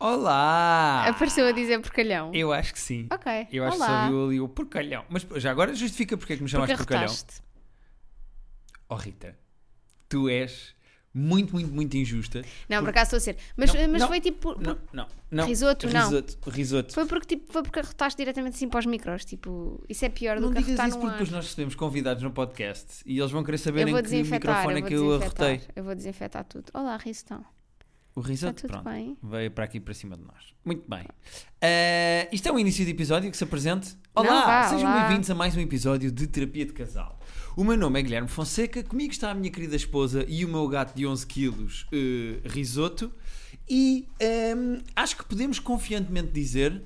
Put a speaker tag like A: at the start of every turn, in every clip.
A: Olá!
B: Apareceu a dizer porcalhão.
A: Ah. Eu acho que sim.
B: É Ok.
A: Eu acho que só
B: Olá.
A: viu ali o porcalhão. Mas pô, já agora justifica porque é que me
B: Porque
A: chamaste porcalhão.
B: arrotaste.
A: Oh Rita, tu és muito, muito, muito injusta.
B: Não, por acaso estou a ser. Mas,
A: Não,
B: mas
A: não,
B: foi tipo. por-
A: Não, não, não.
B: Risoto, não.
A: Risoto, risoto.
B: Foi porque, tipo, foi porque arrotaste diretamente assim para os micros. Tipo, isso é pior
A: Não
B: do que
A: digas
B: arrotar
A: isso
B: no
A: porque
B: ar.
A: depois nós recebemos convidados no podcast e eles vão querer saber
B: Eu vou
A: em que
B: desinfetar.
A: microfone
B: Eu
A: é
B: vou,
A: que eu arrotei.
B: desinfetar eu vou desinfetar tudo. Olá, Ristão.
A: O
B: Está
A: risoto,
B: tudo
A: pronto,
B: bem?
A: veio para aqui para cima de nós. Muito bem. Ah, isto é um início de episódio que se apresente. Olá,
B: Não, vá,
A: sejam
B: olá.
A: bem-vindos a mais um episódio de Terapia de Casal. O meu nome é Guilherme Fonseca, comigo está a minha querida esposa e o meu gato de 11 quilos, eh, risoto. E ehm, acho que podemos confiantemente dizer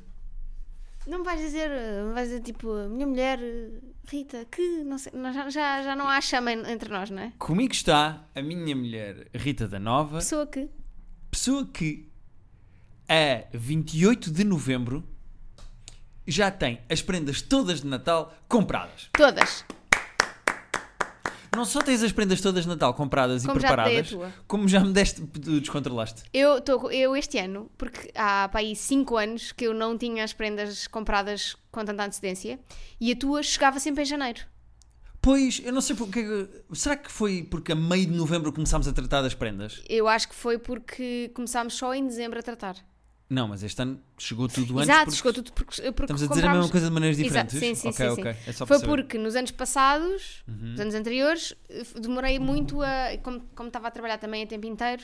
B: Não me vais dizer, eh, não vais dizer tipo, a minha mulher, eh, Rita, que não sei, nós já, já, já não há chama en- entre nós, não é?
A: comigo está a minha mulher Rita da Nova,
B: Pessoa que.
A: pessoa que a 28 de novembro já tem as prendas todas de Natal compradas.
B: Todas.
A: Não só tens as prendas todas de Natal compradas
B: Como
A: e
B: já te dei a
A: preparadas,
B: tua.
A: como já me deste, tu descontrolaste.
B: Eu, tô, eu este ano, porque há para aí 5 anos que eu não tinha as prendas compradas com tanta antecedência e a tua chegava sempre em janeiro.
A: Pois, eu não sei porque. Será que foi porque a meio de novembro começámos a tratar das prendas?
B: Eu acho que foi porque começámos só em dezembro a tratar.
A: Não, mas este ano chegou tudo antes.
B: Exato,
A: porque
B: chegou tudo porque, eh, porque
A: Estamos a dizer a
B: comprámos-
A: mesma coisa de maneiras
B: Exato,
A: diferentes.
B: sim, sim,
A: ok,
B: sim, sim.
A: ok. É só para
B: Foi
A: saber. Uhum.
B: porque nos anos passados, nos anos anteriores, eh, f- demorei muito a. Como, como estava a trabalhar também a tempo inteiro,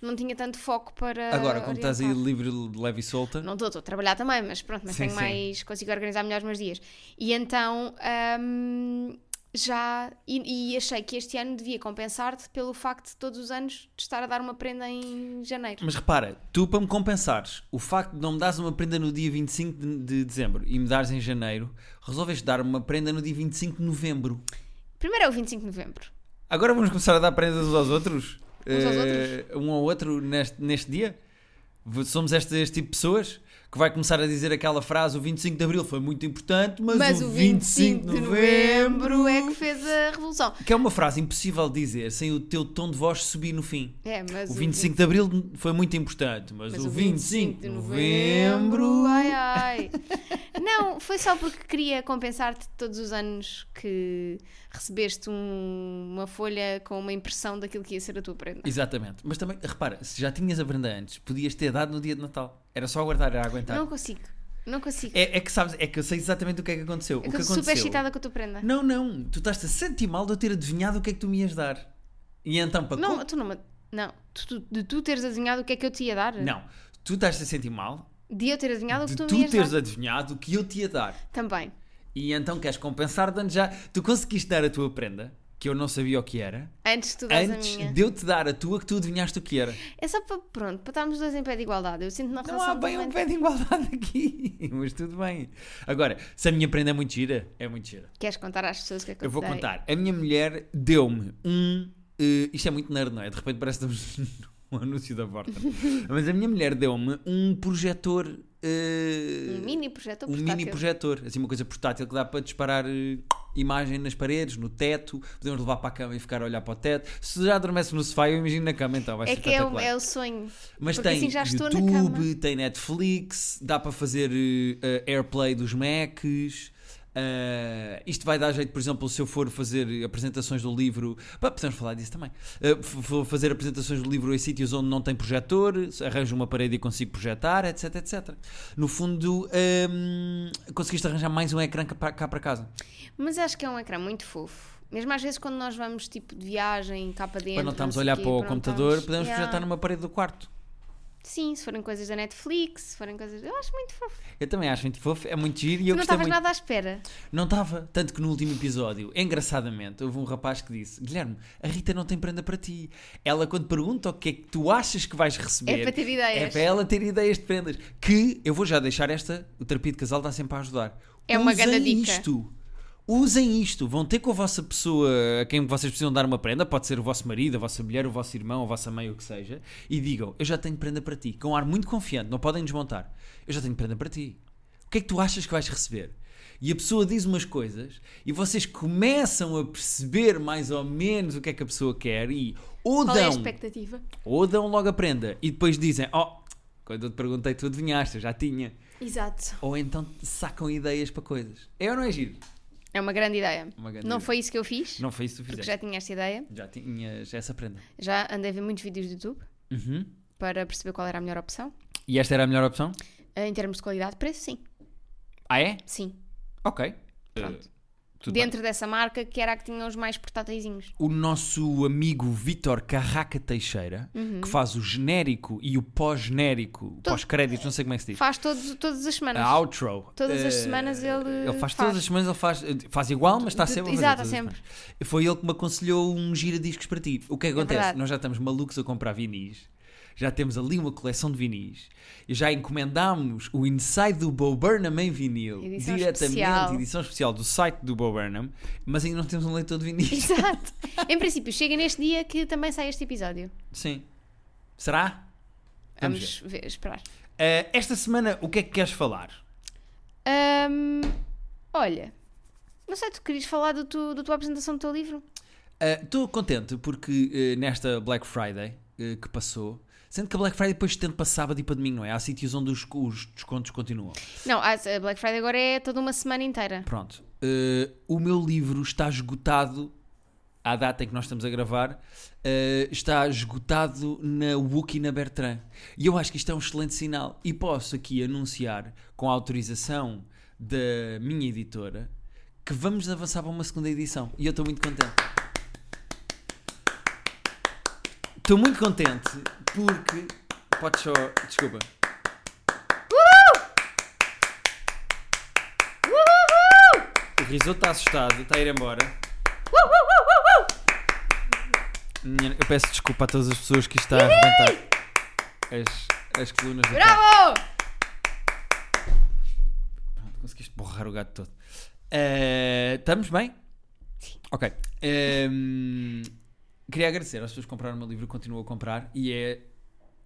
B: não tinha tanto foco para.
A: Agora, como estás aí
B: orientar.
A: livre, leve e solta.
B: ah, Não estou, estou a trabalhar também, mas pronto, mas
A: Sim,
B: tenho
A: sim.
B: mais. consigo organizar melhor os meus dias. E então hum, já. E, e achei que este ano devia compensar-te pelo facto de todos os anos te estar a dar uma prenda em janeiro.
A: Mas repara, tu para me compensares o facto de não me dares uma prenda no dia 25 de, de dezembro e me dares em janeiro, resolveste dar uma prenda no dia 25 de novembro.
B: Primeiro é o 25 de novembro.
A: Agora vamos começar a dar prendas uns aos outros?
B: Uns aos
A: Eh, Um ao outro neste, neste dia? V- Somos este, este tipo de pessoas que vai começar a dizer aquela frase: o 25 de abril foi muito importante, mas, o 25 de novembro.
B: é que fez a revolução.
A: Que é uma frase impossível de dizer sem o teu tom de voz subir no fim.
B: É, mas
A: O 25 de Abril foi muito importante, mas, o 25 de Novembro. é
B: Ai, ai. Não, foi só porque queria compensar-te todos os anos que recebeste um- uma folha com uma impressão daquilo que ia ser a tua prenda.
A: Exatamente. Mas também, repara, se já tinhas a prenda antes, podias ter dado no dia de Natal. Era só aguardar, era aguentar.
B: Não consigo, não consigo.
A: É, é que sabes, é que eu sei exatamente o que é que aconteceu. o
B: eu
A: que
B: estou
A: aconteceu?
B: super excitada com a tua prenda. Não,
A: Não, não. Tu estás-te a sentir mal de eu ter adivinhado o que é que tu me ias dar. E então, para com-
B: tu não me- Não, tu, tu- de tu teres adivinhado o que é que eu te ia dar?
A: Não. Tu estás-te a sentir mal
B: De eu ter adivinhado o que
A: de
B: tu,
A: tu,
B: me ias
A: teres
B: dar?
A: adivinhado o que eu te ia dar.
B: Também.
A: E então queres compensar dando já. Tu conseguiste dar a tua prenda, que eu não sabia o que era,
B: Antes de tu dás a minha.
A: antes de eu te dar a tua que tu adivinhaste o que era.
B: É só para, pronto, para estarmos dois em pé de igualdade. Eu sinto na
A: Não há
B: relação
A: bem um
B: também-
A: pé de igualdade aqui, mas tudo bem. Agora, se a minha prenda é muito gira, é muito gira.
B: Queres contar às pessoas o que é que eu,
A: Eu vou
B: te dei?
A: contar. A minha mulher deu-me um. eh, isto é muito nerd, não é? De repente parece que estamos num anúncio da porta. Mas a minha mulher deu-me um projetor. eh,
B: Um mini projetor
A: um
B: portátil.
A: mini projetor, assim uma coisa portátil que dá para disparar eh, imagem nas paredes, no teto, podemos levar para a cama e ficar a olhar para o teto. Se já adormece no sofá, eu imagino na cama então, vai
B: É
A: ser
B: que é o,
A: espetacular.
B: é o sonho.
A: Mas
B: Porque
A: tem
B: assim já estou na
A: YouTube,
B: cama.
A: tem Netflix, dá para fazer eh, eh, AirPlay dos Macs. eh, isto vai dar jeito, por exemplo, se eu for fazer apresentações do livro. Pá, podemos falar disso também. Eh, f- vou fazer apresentações do livro em sítios onde não tem projetor, arranjo uma parede e consigo projetar, etc. etc. No fundo, ehm, conseguiste arranjar mais um ecrã cá para, cá para casa.
B: Mas acho que é um ecrã muito fofo. Mesmo às vezes quando nós vamos tipo de viagem, cá para dentro.
A: para não estarmos a
B: sei
A: olhar
B: quê,
A: para o
B: não
A: computador,
B: estarmos-
A: podemos
B: Yeah.
A: projetar numa parede do quarto.
B: Sim, se forem coisas da Netflix, se forem coisas. Eu acho muito fofo.
A: Eu também acho muito fofo, é muito giro e eu
B: tu não
A: gostei
B: estavas
A: muito.
B: nada à espera.
A: Não estava. Tanto que no último episódio, engraçadamente, houve um rapaz que disse: Guilherme, a Rita não tem prenda para ti. Ela, quando pergunta o que é que tu achas que vais receber,
B: É para ter ideias.
A: é para ela ter ideias de prendas. Que eu vou já deixar esta. O terapia de casal está sempre a ajudar.
B: É uma
A: Usem
B: ganda dica.
A: Isto. Usem isto, vão ter com a vossa pessoa a quem vocês precisam dar uma prenda, pode ser o vosso marido, a vossa mulher, o vosso irmão, a vossa mãe, o que seja, e digam: Eu já tenho prenda para ti, com um ar muito confiante, não podem desmontar. Eu já tenho prenda para ti. O que é que tu achas que vais receber? E a pessoa diz umas coisas e vocês começam a perceber mais ou menos o que é que a pessoa quer e ou
B: Qual é a
A: dão,
B: expectativa?
A: ou dão logo a prenda e depois dizem: Oh, Quando eu te perguntei, tu adivinhaste, eu já tinha.
B: Exato.
A: Ou então sacam ideias para coisas. É ou não é giro?
B: É uma grande ideia.
A: Uma grande
B: não
A: ideia.
B: foi isso que eu fiz,
A: Não foi isso que tu
B: porque
A: fizeste.
B: já tinha esta ideia.
A: Já tinhas essa prenda.
B: Já andei a ver muitos vídeos do YouTube
A: Uhum.
B: para perceber qual era a melhor opção.
A: E esta era a melhor opção?
B: Eh, Em termos de qualidade, preço, sim.
A: Ah, é?
B: Sim.
A: Ok.
B: Pronto.
A: Eh, tudo bem.
B: Dentro dessa marca, que era a que tinha os mais portáteis.
A: O nosso amigo Vitor Carraca Teixeira,
B: Uhum.
A: que faz o genérico e o pós-genérico, o pós-créditos, não sei como é que se diz.
B: Faz todos, todas as semanas.
A: A outro.
B: Todas as
A: Eh,
B: semanas ele
A: Ele faz,
B: faz.
A: todas as semanas, ele faz, faz igual, mas está
B: De-
A: sempre a fazer.
B: exato,
A: todas as
B: sempre.
A: semanas. Foi ele que me aconselhou um giradiscos para ti. O que é que acontece?
B: verdade.
A: Nós já estamos malucos a comprar vinis. Já temos ali uma coleção de vinis. E Já encomendámos o Inside do Bo Burnham em vinil.
B: Edição
A: diretamente,
B: especial.
A: edição especial do site do Bo Burnham. Mas ainda não temos um leitor de vinis.
B: Exato. em princípio, chega neste dia que também sai este episódio.
A: Sim. Será? Vamos
B: Vamos, ver, esperar.
A: Eh, esta semana, o que é que queres falar?
B: Ahm, olha, não sei, tu querias falar do tu- da tua apresentação do teu livro?
A: Estou Eh, contente porque eh, nesta Black Friday eh, que passou, sendo que a Black Friday depois estende para sábado e para domingo, não é? Há sítios onde os, os descontos continuam.
B: Não, a a Black Friday agora é toda uma semana inteira.
A: Pronto. Eh, o meu livro está esgotado, à data em que nós estamos a gravar, eh, está esgotado na Wookie na Bertrand. E eu acho que isto é um excelente sinal. E posso aqui anunciar, com a autorização da minha editora, que vamos avançar para uma segunda edição. E eu estou muito contente. Estou muito contente porque. Pode só. Desculpa. O risoto está assustado, está a ir embora. Minha- Eu peço desculpa a todas as pessoas que isto está a arrebentar as, as colunas do
B: Bravo!
A: carro. Pronto, Conseguiste borrar o gato todo. Eh, estamos bem? Ok. Ehm, queria agradecer às pessoas que compraram o meu livro, continuam a comprar e é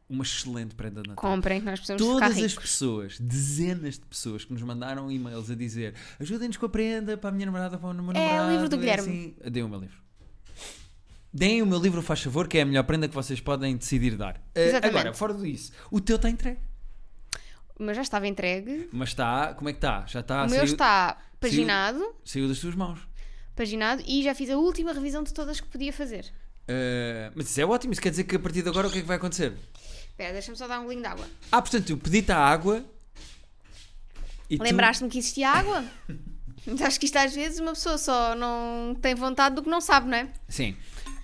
A: uma excelente prenda de Natal.
B: Comprem que nós precisamos ficar
A: Todas as
B: ricos.
A: pessoas, dezenas de pessoas que nos mandaram e-mails a dizer ajudem-nos com a prenda para a minha namorada, para o meu namorado.
B: o livro do
A: é
B: Guilherme.
A: assim." Deem o meu livro. Deem o meu livro, faz favor, que é a melhor prenda que vocês podem decidir dar. Eh,
B: Exatamente.
A: agora, fora disso, o teu está entregue.
B: Mas já estava entregue.
A: Mas está, como é que está? Já está,
B: o meu
A: saiu,
B: está paginado,
A: saiu das tuas mãos.
B: paginado e já fiz a última revisão de todas que podia fazer.
A: Eh, mas isso é ótimo, isso quer dizer que a partir de agora o que é que vai acontecer?
B: Espera, deixa-me só dar um golinho de água.
A: Ah, portanto, eu pedi-te a água. e tu-
B: Lembraste-me que existia água? Mas acho que isto às vezes uma pessoa só não tem vontade do que não sabe, não é?
A: Sim.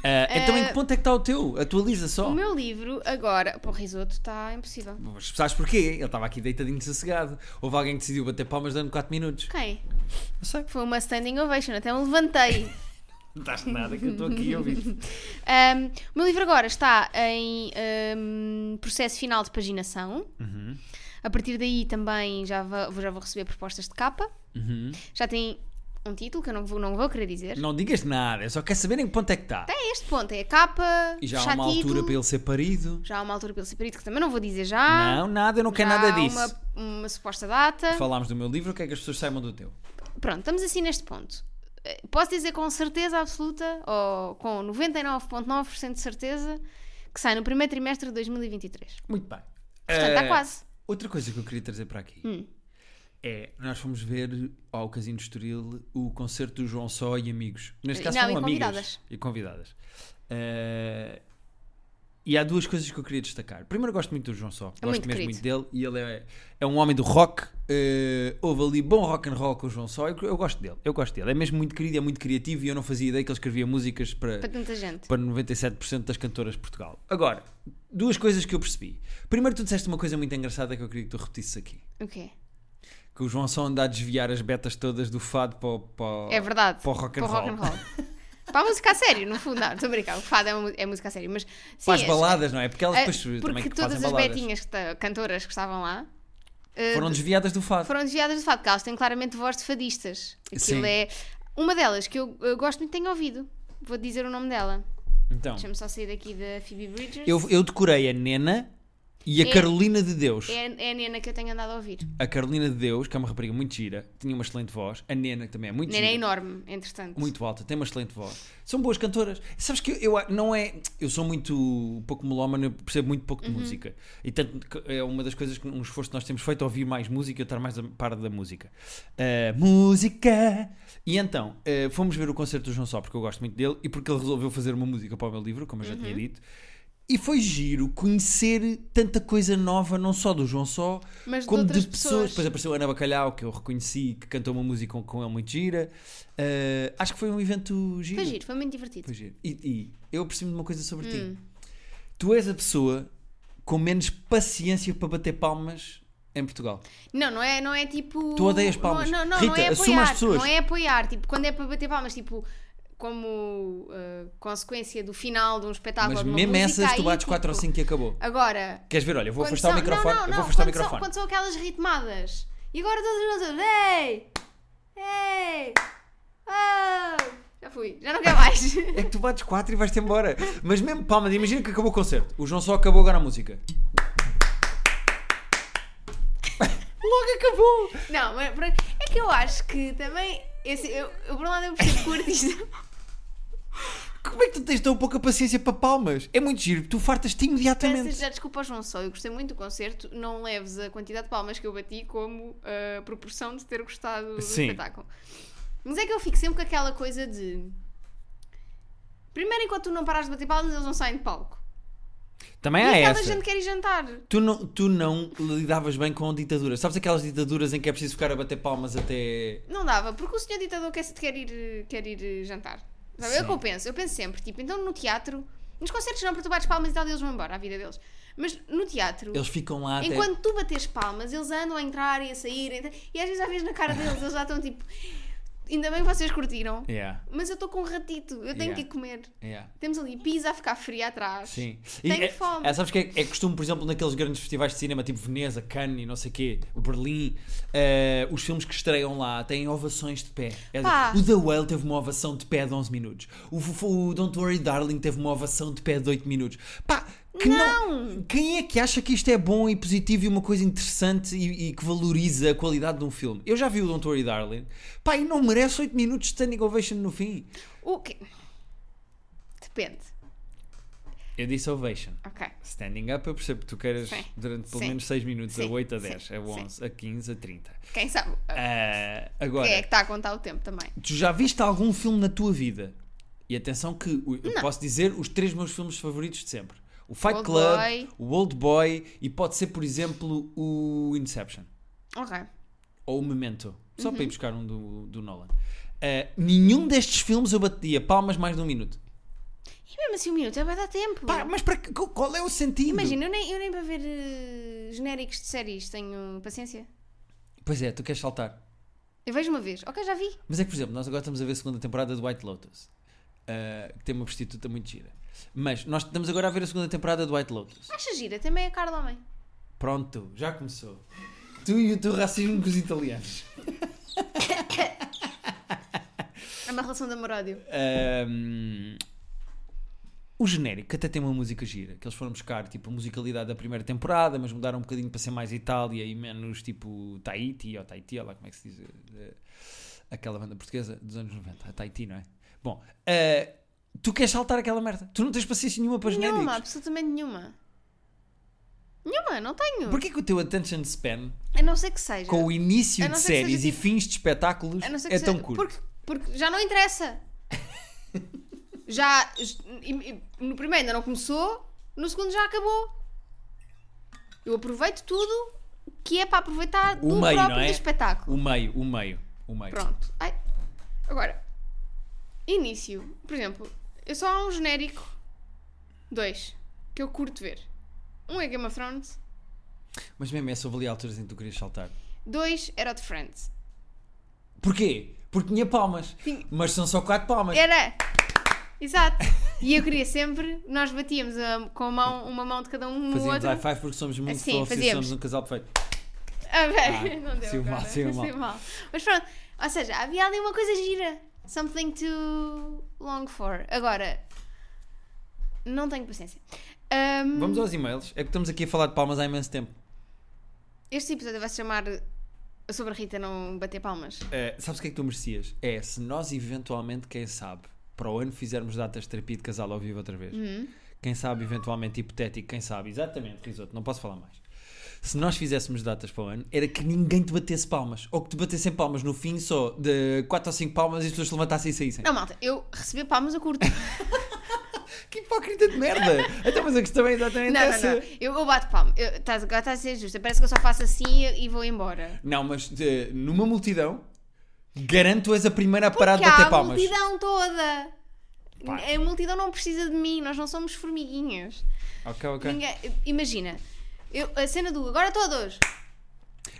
A: Eh, então, em que ponto é que está o teu? Atualiza só.
B: O meu livro agora, para o risoto está impossível.
A: Mas sabes porquê? Ele estava aqui deitadinho sossegado. Houve alguém que decidiu bater palmas dando 4 minutos.
B: Quem?
A: Não sei.
B: Foi uma standing ovation, até me levantei.
A: Não estás nada que eu estou aqui a ouvir.
B: Um, o meu livro agora está em um, processo final de paginação.
A: Uhum.
B: A partir daí também já va- vou, já vou receber propostas de capa. Já tem um título que eu não vou, não vou querer dizer.
A: Uhum. Não digas nada, eu só quero saber em que ponto é que está.
B: É este ponto, é a capa,
A: E já há
B: fechar
A: uma
B: título,
A: altura para ele ser parido.
B: já há uma altura pelo separado que também não vou dizer já.
A: não, nada, eu não quero
B: Já
A: nada
B: há
A: disso.
B: Ah, Uma, uma suposta data.
A: Falámos do meu livro, o que é que as pessoas saibam do teu?
B: Pronto, estamos assim neste ponto. Eh, Posso dizer com certeza absoluta, ou com 99,9% de certeza, que sai no primeiro trimestre de 2023.
A: Muito bem.
B: Portanto,
A: Eh,
B: está quase.
A: Outra coisa que eu queria trazer para aqui
B: Hum.
A: é: nós fomos ver ao Casino de Estoril o concerto do João Só e amigos. Neste
B: E-
A: caso,
B: não,
A: foram
B: e
A: amigas
B: convidadas.
A: e convidadas. Eh, e há duas coisas que eu queria destacar. Primeiro, gosto muito do João Só, gosto
B: É muito
A: mesmo
B: querido.
A: muito dele e ele é, é um homem do rock. eh, houve ali bom rock and roll com o João Só. Eu, eu gosto dele, eu gosto dele. É mesmo muito querido, é muito criativo e eu não fazia ideia que ele escrevia músicas
B: Para tanta gente.
A: para 97% das cantoras de Portugal. Agora, duas coisas que eu percebi. Primeiro, tu disseste uma coisa muito engraçada que eu queria que tu repetisses aqui.
B: O quê?
A: Que o João só anda a desviar as betas todas do fado para, o- para o-
B: É verdade.
A: para o rock and
B: Para
A: roll.
B: Para a música a sério, no fundo. Não, estou a brincar. O fado é, uma mu- é música a sério. Mas, sim,
A: Para as
B: as-
A: baladas, não é? Porque elas
B: ah,
A: depois também
B: porque
A: que
B: todas
A: fazem
B: as
A: baladas.
B: betinhas que ta- cantoras que estavam lá eh,
A: foram
B: de-
A: desviadas do fado.
B: foram desviadas do fado, porque elas têm claramente voz de fadistas. Aquilo
A: Sim.
B: é. Uma delas que eu, eu gosto muito, tenho ouvido. Vou dizer o nome dela.
A: Então,
B: Deixa-me só sair daqui da Phoebe Bridgers.
A: eu, eu decorei a Nena, E a
B: É.
A: Carolina de Deus.
B: É, é a nena que eu tenho andado a ouvir.
A: A Carolina de Deus, que é uma rapariga muito gira, tinha uma excelente voz. A Nena, que também é muito
B: Nena é
A: gira.
B: enorme, entretanto.
A: Muito alta, tem uma excelente voz. São boas cantoras. Sabes que eu, eu não é. Eu sou muito pouco melómano, eu percebo muito pouco de
B: Uhum.
A: música. E tanto que é uma das coisas que um esforço que nós temos feito é ouvir mais música e eu estar mais a par da música. Ah, música! E então, ah, fomos ver o concerto do João Só, porque eu gosto muito dele e porque ele resolveu fazer uma música para o meu livro, como eu já
B: Uhum.
A: tinha dito. E foi giro conhecer tanta coisa nova, não só do João Só,
B: Mas de
A: como de,
B: outras
A: pessoas. é,
B: pessoas.
A: Depois apareceu a Ana Bacalhau, que eu reconheci, que cantou uma música com, com ele muito gira. Ah, acho que foi um evento giro.
B: Foi giro, Hum. foi muito divertido.
A: Foi giro. E, e eu percebi de uma coisa sobre ti. Tu és a pessoa com menos paciência para bater palmas em Portugal.
B: Não, não é, não é tipo.
A: Tu odeias palmas.
B: Não, não, não,
A: Rita,
B: não é
A: assuma
B: apoiar.
A: as pessoas.
B: Não é apoiar. Tipo, quando é para bater palmas, tipo, como uh, consequência do final de um espetáculo.
A: Mas
B: de uma
A: mesmo
B: música,
A: essas, tu
B: aí,
A: bates
B: tipo,
A: 4 ou 5 e acabou.
B: Agora.
A: Queres ver? Olha, eu vou
B: quando
A: afastar
B: são-
A: o
B: Não,
A: microfone.
B: não,
A: eu vou
B: não,
A: afastar o
B: quando são-
A: microfone.
B: quando são aquelas ritmadas. E agora todas as Ei! Ei! Oh! Já fui, já não quero mais.
A: É que tu bates 4 e vais-te embora. Mas mesmo palmas, imagina que acabou o concerto. O João só acabou agora a música. Logo acabou!
B: Não, mas por- é que eu acho que também. esse- eu, eu, por um lado, eu percebo que o artista.
A: Como é que tu tens tão pouca paciência para palmas? É muito giro, tu fartas-te imediatamente.
B: Peças já desculpa ao João Só, eu gostei muito do concerto. Não leves a quantidade de palmas que eu bati como a proporção de ter gostado do
A: Sim.
B: espetáculo. Mas é que eu fico sempre com aquela coisa de. Primeiro, enquanto tu não parares de bater palmas, eles não saem de palco.
A: Também
B: e
A: há
B: aquela
A: É essa.
B: gente quer ir jantar.
A: Tu, não, tu não lidavas bem com ditaduras. Sabes aquelas ditaduras em que é preciso ficar a bater palmas até.
B: Não dava, porque o senhor ditador quer, quer, ir, quer ir jantar. Sabe? É o que eu penso, eu penso sempre, tipo, então no teatro, nos concertos não, porque tu bates palmas e tal, e eles vão embora, a vida deles. Mas no teatro,
A: Eles ficam lá até.
B: enquanto tu bates palmas, eles andam a entrar e a sair, a entrar- e às vezes às vezes na cara deles eles já estão tipo, ainda bem que vocês curtiram,
A: Yeah,
B: mas eu estou com um ratito, eu tenho
A: Yeah.
B: que ir comer.
A: yeah.
B: Temos ali pizza a ficar fria atrás.
A: Sim.
B: Tenho
A: é,
B: fome.
A: é, sabes que é, é costume, por exemplo, naqueles grandes festivais de cinema, tipo Veneza, Cannes, não sei o quê, o Berlim, eh, os filmes que estreiam lá têm ovações de pé. É,
B: Pá.
A: o The Whale teve uma ovação de pé de 11 minutos. O, o, o Don't Worry Darling teve uma ovação de pé de 8 minutos. Pá, que não. Quem é que acha que isto é bom e positivo e uma coisa interessante e, e que valoriza a qualidade de um filme? Eu já vi o Don't Worry Darling. Pá, e não merece 8 minutos de standing ovation no fim.
B: O quê? Depende.
A: Eu disse ovation.
B: Ok.
A: Standing up, eu percebo que tu queiras
B: Sim.
A: durante pelo
B: Sim.
A: menos 6 minutos, a
B: Sim.
A: 8, a
B: Sim.
A: 10, a 11, a 15, a 30.
B: Quem sabe?
A: Ah, agora,
B: Quem é que está a contar o tempo também?
A: tu já viste algum filme na tua vida? E atenção que o- eu posso dizer os três meus filmes favoritos de sempre. O Fight
B: Old
A: Club,
B: Boy.
A: o Old Boy e pode ser, por exemplo, o Inception
B: Ok.
A: ou o Memento. Só
B: Uhum.
A: para ir buscar um do, do Nolan. Ah, nenhum destes filmes eu batia palmas mais de um minuto.
B: E mesmo assim um minuto é vai dar tempo.
A: Pá, mas para, que- qual é o sentido?
B: Imagina, eu nem, eu nem para ver eh, genéricos de séries tenho paciência.
A: Pois é, tu queres saltar.
B: Eu vejo uma vez, ok, já vi.
A: Mas é que, por exemplo, nós agora estamos a ver a segunda temporada de White Lotus, ah, que tem uma prostituta muito gira. Mas nós estamos agora a ver a segunda temporada de White Lotus.
B: Acha gira, também é cara de homem.
A: Pronto, já começou. Tu e o teu racismo com os italianos.
B: É uma relação de amor-ódio.
A: Ahm, o genérico, que até tem uma música gira, que eles foram buscar tipo a musicalidade da primeira temporada, mas mudaram um bocadinho para ser mais Itália e menos tipo Tahiti ou Tahiti, ou lá como é que se diz eh, aquela banda portuguesa dos anos 90, a Tahiti, não é? Bom, eh, tu queres saltar aquela merda, tu não tens paciência nenhuma para
B: Nenhuma,
A: genéricos.
B: absolutamente nenhuma. Nenhuma, não tenho.
A: Porquê que o teu attention span,
B: A não ser que seja.
A: com o início
B: A não
A: de
B: ser que
A: séries
B: seja
A: e
B: tipo-
A: fins de espetáculos,
B: A não ser que
A: é
B: seja-
A: tão curto?
B: Porque, porque já não interessa. já. e- e- No primeiro ainda não começou, no segundo já acabou. Eu aproveito tudo que é para aproveitar
A: O
B: do
A: meio,
B: próprio
A: não é?
B: espetáculo.
A: O meio, o meio, o meio.
B: Pronto. Ai. Agora, início. Por exemplo, eu só há um genérico. Dois. Que eu curto ver. Um é Game of Thrones.
A: Mas mesmo é sobre ali alturas em que tu querias saltar.
B: Dois era o de Friends.
A: Porquê? Porque tinha palmas.
B: Tinha.
A: Mas são só quatro palmas.
B: Era! Exato. E eu queria sempre. Nós batíamos a- com a mão, uma mão de cada um no
A: Fazíamos
B: outro.
A: high five porque somos muito
B: Assim,
A: fofos e
B: fazíamos.
A: somos um casal perfeito.
B: Ah, bem.
A: Ah,
B: não deu.
A: saiu mal,
B: agora.
A: saiu mal.
B: Mas pronto. Ou seja, havia ali uma coisa gira. Something to long for. Agora, não tenho paciência. Ahm,
A: Vamos aos e-mails. É que estamos aqui a falar de palmas há imenso tempo.
B: Este episódio vai se chamar eh, Sobre a Rita Não Bater Palmas.
A: Eh, sabes o que é que tu merecias? É se nós eventualmente, quem sabe, para o ano fizermos datas de terapia de casal ao vivo outra vez.
B: Hum.
A: Quem sabe, eventualmente hipotético, quem sabe, exatamente, risoto, não posso falar mais. Se nós fizéssemos datas para o ano, era que ninguém te batesse palmas. Ou que te batessem palmas no fim só de 4 ou 5 palmas e as pessoas se levantassem e saíssem.
B: Não, malta, eu receber palmas eu curto.
A: Que hipócrita de merda! Então, mas a questão é
B: não,
A: exatamente
B: não,
A: essa.
B: não. Eu, eu bato palmas. Eu- Estás agora estás a ser justa. Parece que eu só faço assim e, e vou embora.
A: Não, mas eh, numa multidão, garanto és a primeira a parar de
B: Porque há
A: bater
B: a
A: palmas.
B: multidão toda.
A: Pá.
B: A multidão não precisa de mim. Nós não somos formiguinhas.
A: Ok, ok.
B: Ninguém- imagina. Eu- a cena do agora todos.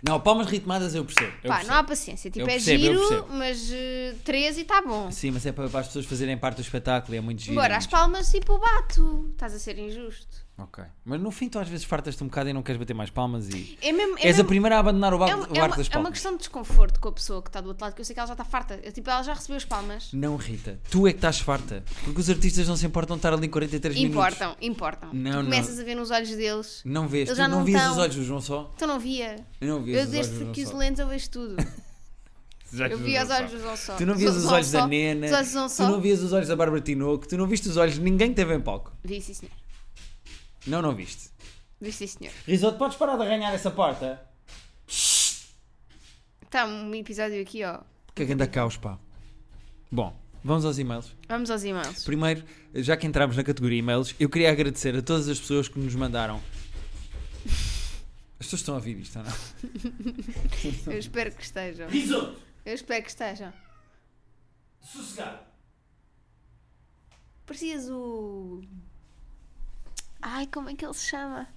A: Não, palmas ritmadas eu percebo. eu
B: Pá,
A: percebo.
B: não há paciência. Tipo,
A: Eu
B: é
A: percebo, eu
B: giro,
A: percebo.
B: mas eh, três e está bom.
A: Sim, mas é para, para as pessoas fazerem parte do espetáculo e é muito giro.
B: Agora, as palmas, tipo, bato. Estás a ser injusto.
A: Ok. Mas no fim tu às vezes fartas-te um bocado e não queres bater mais palmas e...
B: É mesmo. É
A: És a
B: mesmo-
A: primeira a abandonar o, ba
B: é uma,
A: o
B: é
A: barco
B: uma-
A: das
B: é uma
A: palmas.
B: questão de desconforto com a pessoa que está do outro lado, que eu sei que ela já está farta. Eu, tipo, ela já recebeu as palmas.
A: Não, Rita. Tu é que estás farta. Porque os artistas não se importam de estar ali 43 minutos.
B: Importam, importam.
A: Não,
B: tu
A: não.
B: começas a ver nos olhos deles.
A: Não vês.
B: Eles
A: Tu
B: já
A: não
B: não
A: vias
B: estão.
A: os olhos do João só?
B: Então não via.
A: Eu não vias
B: Eu,
A: os olhos
B: desde
A: do
B: que
A: João
B: os
A: só.
B: lentes eu vejo tudo. Eu vi os olhos do João só.
A: Tu não vias os
B: João
A: olhos da
B: Só.
A: Nena,
B: Os olhos do João
A: tu
B: só.
A: não vias os olhos da Bárbara Tinoco, tu não viste os olhos de ninguém que teve em palco.
B: Vi sim, senhor.
A: Não, não viste.
B: Vi sim, senhor.
A: Risoto, podes parar de arranhar essa porta?
B: Está um episódio aqui, ó.
A: é Que grande caos, pá. Bom, vamos aos e-mails.
B: Vamos aos irmãos.
A: Primeiro, já que entramos na categoria e-mails, eu queria agradecer a todas as pessoas que nos mandaram. As pessoas estão a ouvir isto, ou não?
B: Eu espero que estejam.
A: Risoto,
B: Eu espero que estejam.
A: sossegado.
B: Parecias o. Ai, como é que ele se chama?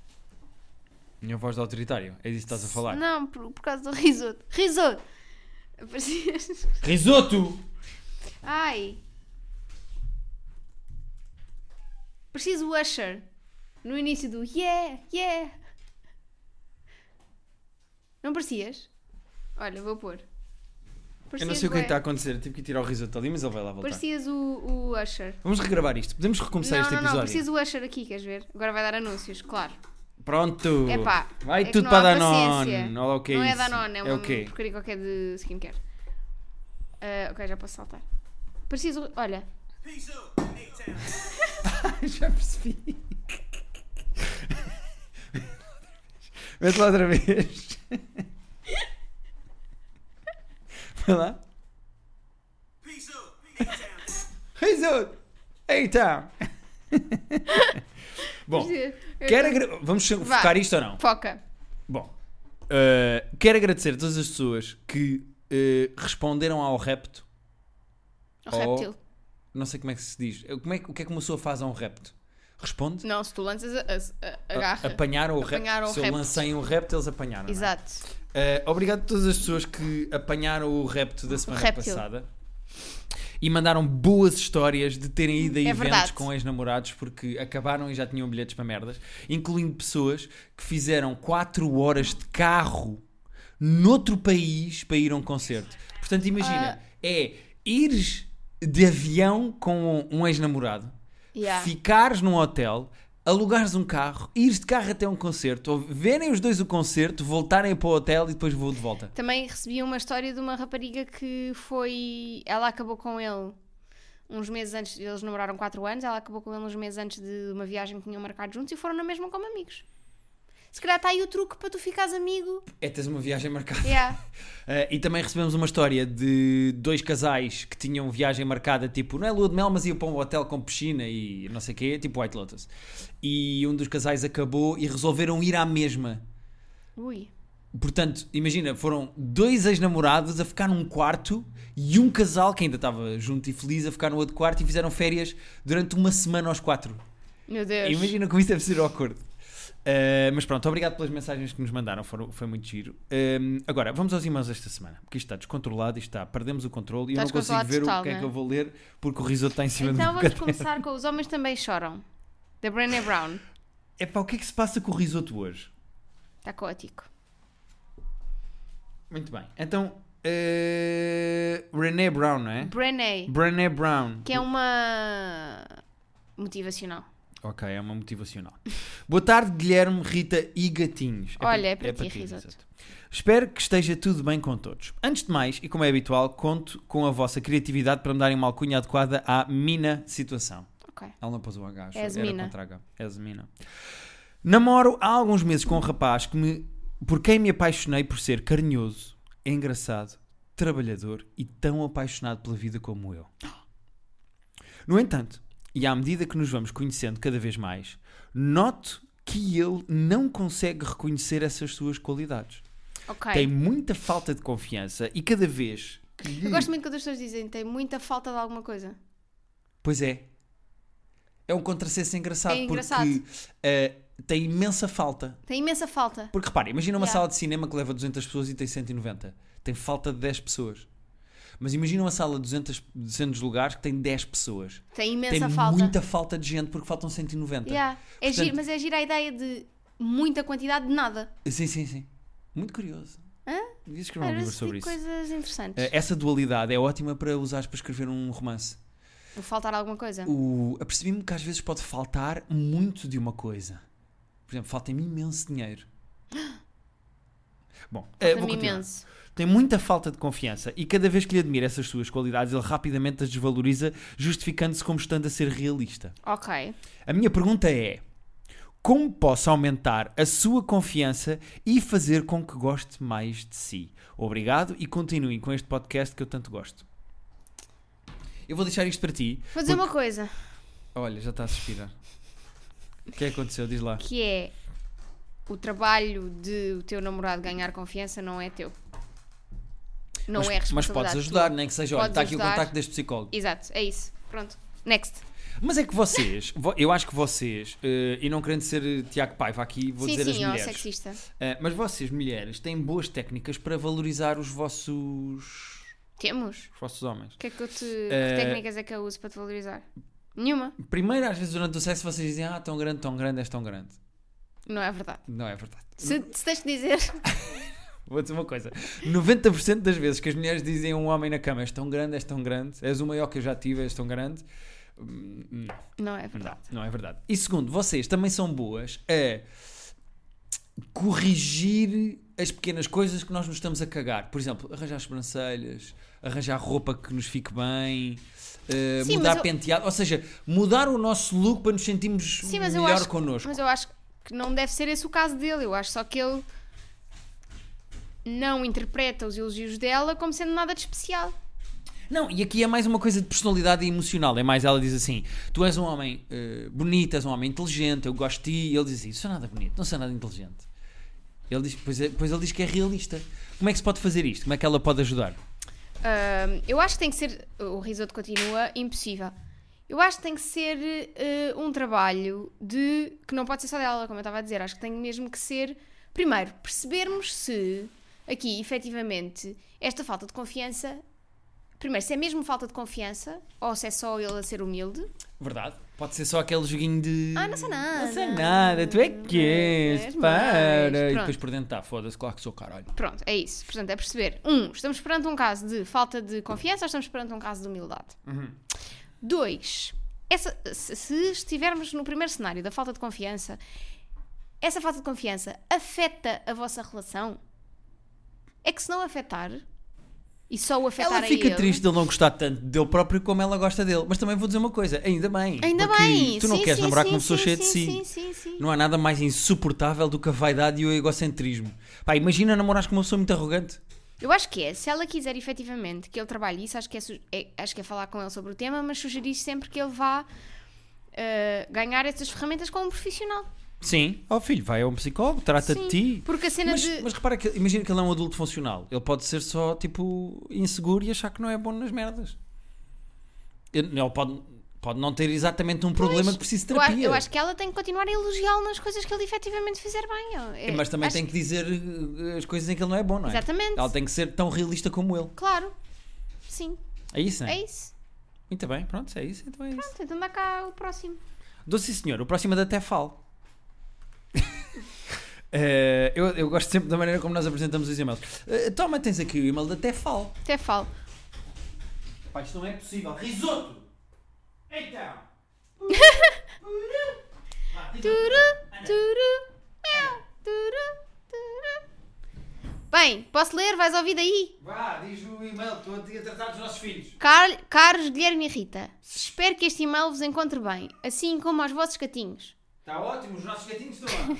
A: Minha voz de autoritário, é disso que estás a falar.
B: Não, por, por causa do risoto. Risoto! Parecias.
A: Risoto!
B: Ai! Parecias o Usher no início do Yeah, yeah! Não parecias? Olha, vou pôr.
A: Eu
B: Parecias
A: não sei o que
B: bué.
A: é que está a acontecer, tive que tirar o risoto ali, mas ele vai lá voltar.
B: Parecias o, o Usher.
A: Vamos regravar isto, podemos recomeçar
B: não,
A: este
B: não, não,
A: episódio.
B: parecias o Usher aqui, queres ver? Agora vai dar anúncios, claro.
A: Pronto.
B: Epá,
A: Vai
B: é que
A: tudo
B: não
A: para
B: há
A: Danone.
B: paciência.
A: Olha o que é
B: não
A: isso.
B: é Danone, é uma
A: o quê?
B: porcaria qualquer de skincare. Ah, ok, já posso saltar. Preciso. Olha,
A: Já percebi. Mete lá outra vez. Vai lá. Risoto. Então. Bom,
B: Eu-
A: quero agra- vamos che-
B: Vá.
A: focar isto ou não?
B: Foca.
A: Bom, eh, quero agradecer a todas as pessoas que eh, responderam ao repto.
B: O
A: Oh.
B: réptil.
A: Não sei como é que se diz. Eh, Como é, que- o que é que uma pessoa faz a um repto? Responde?
B: Não, se tu lanças, a, a- a-
A: A-
B: agarra.
A: Apanharam o repto.
B: Apanharam o
A: Se eu
B: repto.
A: lancei um repto, eles apanharam. não é?
B: Exato.
A: Eh, obrigado a todas as pessoas que apanharam o repto da semana
B: réptil.
A: passada. E mandaram boas histórias de terem ido a eventos
B: É verdade.
A: com ex-namorados porque acabaram e já tinham bilhetes para merdas, incluindo pessoas que fizeram 4 horas de carro noutro país para ir a um concerto. Portanto, imagina, é ires de avião com um ex-namorado,
B: Yeah.
A: ficares num hotel, alugares um carro, ires de carro até um concerto, ou verem os dois o concerto, voltarem para o hotel e depois vou de volta.
B: Também recebi uma história de uma rapariga que foi. Ela acabou com ele uns meses antes. Eles namoraram 4 anos, ela acabou com ele uns meses antes de uma viagem que tinham marcado juntos e foram na mesma como amigos. Se calhar está aí o truque para tu ficares amigo.
A: É, tens uma viagem marcada.
B: Yeah.
A: Ah, e também recebemos uma história de dois casais que tinham viagem marcada, tipo, não é lua de mel, mas iam para um hotel com piscina e não sei o quê, tipo White Lotus. E um dos casais acabou e resolveram ir à mesma.
B: Ui.
A: Portanto, imagina, foram dois ex-namorados a ficar num quarto e um casal que ainda estava junto e feliz a ficar no outro quarto e fizeram férias durante uma semana aos quatro.
B: Meu Deus.
A: Imagina como isso deve ser awkward. Uh, mas pronto, obrigado pelas mensagens que nos mandaram, foram, foi muito giro. Um, agora, vamos aos irmãos esta semana, porque isto está descontrolado, isto está, perdemos o controle e
B: Está
A: eu não consigo
B: descontrolado
A: ver o
B: total,
A: que é
B: né?
A: que eu vou ler porque o risoto está em cima
B: Então
A: do
B: vamos
A: bocado.
B: começar com Os Homens Também Choram, da Brené Brown.
A: É pá, o que é que se passa com o risoto hoje?
B: Está Tá caótico.
A: Muito bem, então uh, René Brown, não é?
B: Brené,
A: Brené Brown,
B: que é uma motivacional.
A: Ok, é uma motivacional. Boa tarde, Guilherme, Rita e gatinhos.
B: Olha, é para ti, risoto.
A: exato. Espero que esteja tudo bem com todos. Antes de mais, e como é habitual, conto com a vossa criatividade para me darem uma alcunha adequada à mina situação.
B: Ok.
A: Ela não pôs o H, acho.
B: És
A: Era
B: mina.
A: contra H. És mina. Namoro há alguns meses com um rapaz que me, por quem me apaixonei por ser carinhoso, engraçado, trabalhador e tão apaixonado pela vida como eu. No entanto, e à medida que nos vamos conhecendo cada vez mais, noto que ele não consegue reconhecer essas suas qualidades.
B: Ok.
A: Tem muita falta de confiança e cada vez que lhe...
B: Eu gosto muito quando as pessoas dizem tem muita falta de alguma coisa.
A: Pois é. É um contrassenso engraçado,
B: É engraçado.
A: porque eh, tem imensa falta.
B: Tem imensa falta.
A: Porque repara, imagina uma
B: Yeah.
A: sala de cinema que leva 200 pessoas e tem 190. Tem falta de 10 pessoas. Mas imagina uma sala de 200, 200 lugares que tem 10 pessoas.
B: Tem imensa
A: Tem
B: falta.
A: muita falta de gente porque faltam 190.
B: Yeah. É
A: Portanto-
B: giro, mas é giro a ideia de muita quantidade de nada.
A: Sim, sim, sim. Muito curioso.
B: Hã?
A: Devia escrever um
B: Às
A: livro
B: vezes
A: sobre
B: digo
A: isso.
B: coisas interessantes.
A: Eh, Essa dualidade é ótima para usares para escrever um romance.
B: Vou faltar alguma coisa.
A: O... Apercebi-me que às vezes pode faltar muito de uma coisa. Por exemplo, falta-me imenso dinheiro. Bom, eh, vou
B: Falta-me
A: continuar.
B: imenso.
A: Tem muita falta de confiança e cada vez que lhe admira essas suas qualidades, ele rapidamente as desvaloriza, justificando-se como estando a ser realista.
B: Ok.
A: A minha pergunta é: como posso aumentar a sua confiança e fazer com que goste mais de si? Obrigado e continuem com este podcast que eu tanto gosto. Eu vou deixar isto para ti.
B: Vou dizer uma coisa
A: Olha, já está a suspirar. O que é que aconteceu? Diz lá.
B: que é o trabalho de o teu namorado ganhar confiança não é teu. Não
A: mas,
B: é responsabilidade.
A: mas podes ajudar, nem que seja. Olha,
B: Podes
A: está aqui o
B: ajudar.
A: contacto deste psicólogo.
B: tua. Exato, é isso. Pronto. Next.
A: Mas é que vocês, vo- eu acho que vocês, eh, e não querendo ser eh, Tiago Paiva aqui, vou
B: sim,
A: dizer as
B: sim, ó,
A: mulheres.
B: sexista.
A: Eh, mas vocês, mulheres, têm boas técnicas para valorizar os vossos,
B: Temos.
A: os vossos homens.
B: O que é que eu te.
A: Eh,
B: Que técnicas é que eu uso para te valorizar? Nenhuma.
A: Primeiro, às vezes, durante o sexo, vocês dizem, ah, tão grande, tão grande, és tão grande.
B: Não é verdade.
A: Não é verdade.
B: Se, se tens de dizer.
A: Vou dizer uma coisa: 90% das vezes que as mulheres dizem a um homem na cama, és tão grande, és tão grande, és o maior que eu já tive, és tão grande. hum, Não.
B: Não é
A: Não,
B: verdade.
A: não é verdade. E segundo, vocês também são boas a corrigir as pequenas coisas que nós nos estamos a cagar. Por exemplo, arranjar sobrancelhas, arranjar roupa que nos fique bem, eh,
B: Sim,
A: mudar
B: mas eu-
A: penteado. Ou seja, mudar o nosso look para nos sentirmos
B: Sim, mas eu
A: melhor
B: acho-
A: connosco.
B: Mas eu acho que não deve ser esse o caso dele. Eu acho só que ele não interpreta os elogios dela como sendo nada de especial.
A: Não, e aqui é mais uma coisa de personalidade e emocional. É mais, ela diz assim: tu és um homem eh, bonito, és um homem inteligente, eu gosto de ti. E ele diz assim: sou nada bonito, não sou nada inteligente. Ele diz, pois, é- pois ele diz que é realista. Como é que se pode fazer isto? Como é que ela pode ajudar?
B: Ahm, eu acho que tem que ser. O risoto continua impossível. Eu acho que tem que ser eh, um trabalho de. que não pode ser só dela, como eu estava a dizer. Acho que tem mesmo que ser. Primeiro, percebermos se aqui, efetivamente, esta falta de confiança. Primeiro, se é mesmo falta de confiança ou se é só ele a ser humilde.
A: Verdade. Pode ser só aquele joguinho de.
B: Ah, não sei nada.
A: Não sei nada, tu é que és,
B: És
A: para.
B: mais,
A: e
B: pronto.
A: depois por dentro está, foda-se, claro que sou caralho.
B: Pronto, é isso. Portanto, é perceber. Um, estamos perante um caso de falta de confiança ou estamos perante um caso de humildade?
A: Uhum.
B: Dois, essa- se, se estivermos no primeiro cenário da falta de confiança, essa falta de confiança afeta a vossa relação? É que se não afetar, e só o afetar
A: Ela
B: a
A: fica
B: ele-
A: triste de ele não gostar tanto dele próprio como ela gosta dele. Mas também vou dizer uma coisa, ainda bem.
B: Ainda
A: porque
B: bem.
A: Tu não
B: Sim,
A: queres
B: sim,
A: namorar
B: sim,
A: com uma pessoa
B: sim,
A: cheia de si.
B: sim, Sim, sim, sim.
A: Não há nada mais insuportável do que a vaidade e o egocentrismo. Pá, imagina namorares com uma pessoa muito arrogante.
B: Eu acho que é, se ela quiser efetivamente que ele trabalhe isso, acho que é, su- é- acho que é falar com ele sobre o tema, mas sugerir sempre que ele vá eh, ganhar essas ferramentas com um profissional.
A: Sim. Ó filho, vai a um psicólogo, trata
B: Sim,
A: de ti.
B: Porque a cena
A: Mas,
B: de.
A: mas repara que imagina que ele é um adulto funcional. Ele pode ser só tipo inseguro e achar que não é bom nas merdas. Ele ele pode, pode não ter exatamente um problema que precise de
B: eu, a-
A: terapia.
B: eu acho que ela tem que continuar a elogiá-lo nas coisas que ele efetivamente fizer bem. eu- é-
A: Mas também
B: acho
A: tem que dizer uh, as coisas em que ele não é bom, não é?
B: Exatamente.
A: Ela tem que ser tão realista como ele.
B: Claro. Sim,
A: É isso, não
B: é
A: é?
B: isso.
A: Muito bem, pronto, é isso. Então é isso.
B: Pronto, então dá cá o próximo.
A: Doce senhor, o próximo é da Tefal. Eh, eu, eu gosto sempre da maneira como nós apresentamos os e-mails. Eh, toma, tens aqui o e-mail da Tefal.
B: Até falo.
A: Pá, isto não é possível. Risoto! Então!
B: mãe, posso ler? Vais ouvir daí?
A: Vá, diz o e-mail, estou a tratar dos nossos filhos.
B: Car- Caros Guilherme e Rita, espero que este e-mail vos encontre bem, assim como aos vossos gatinhos.
A: Está Tá ótimo, os nossos gatinhos estão lá.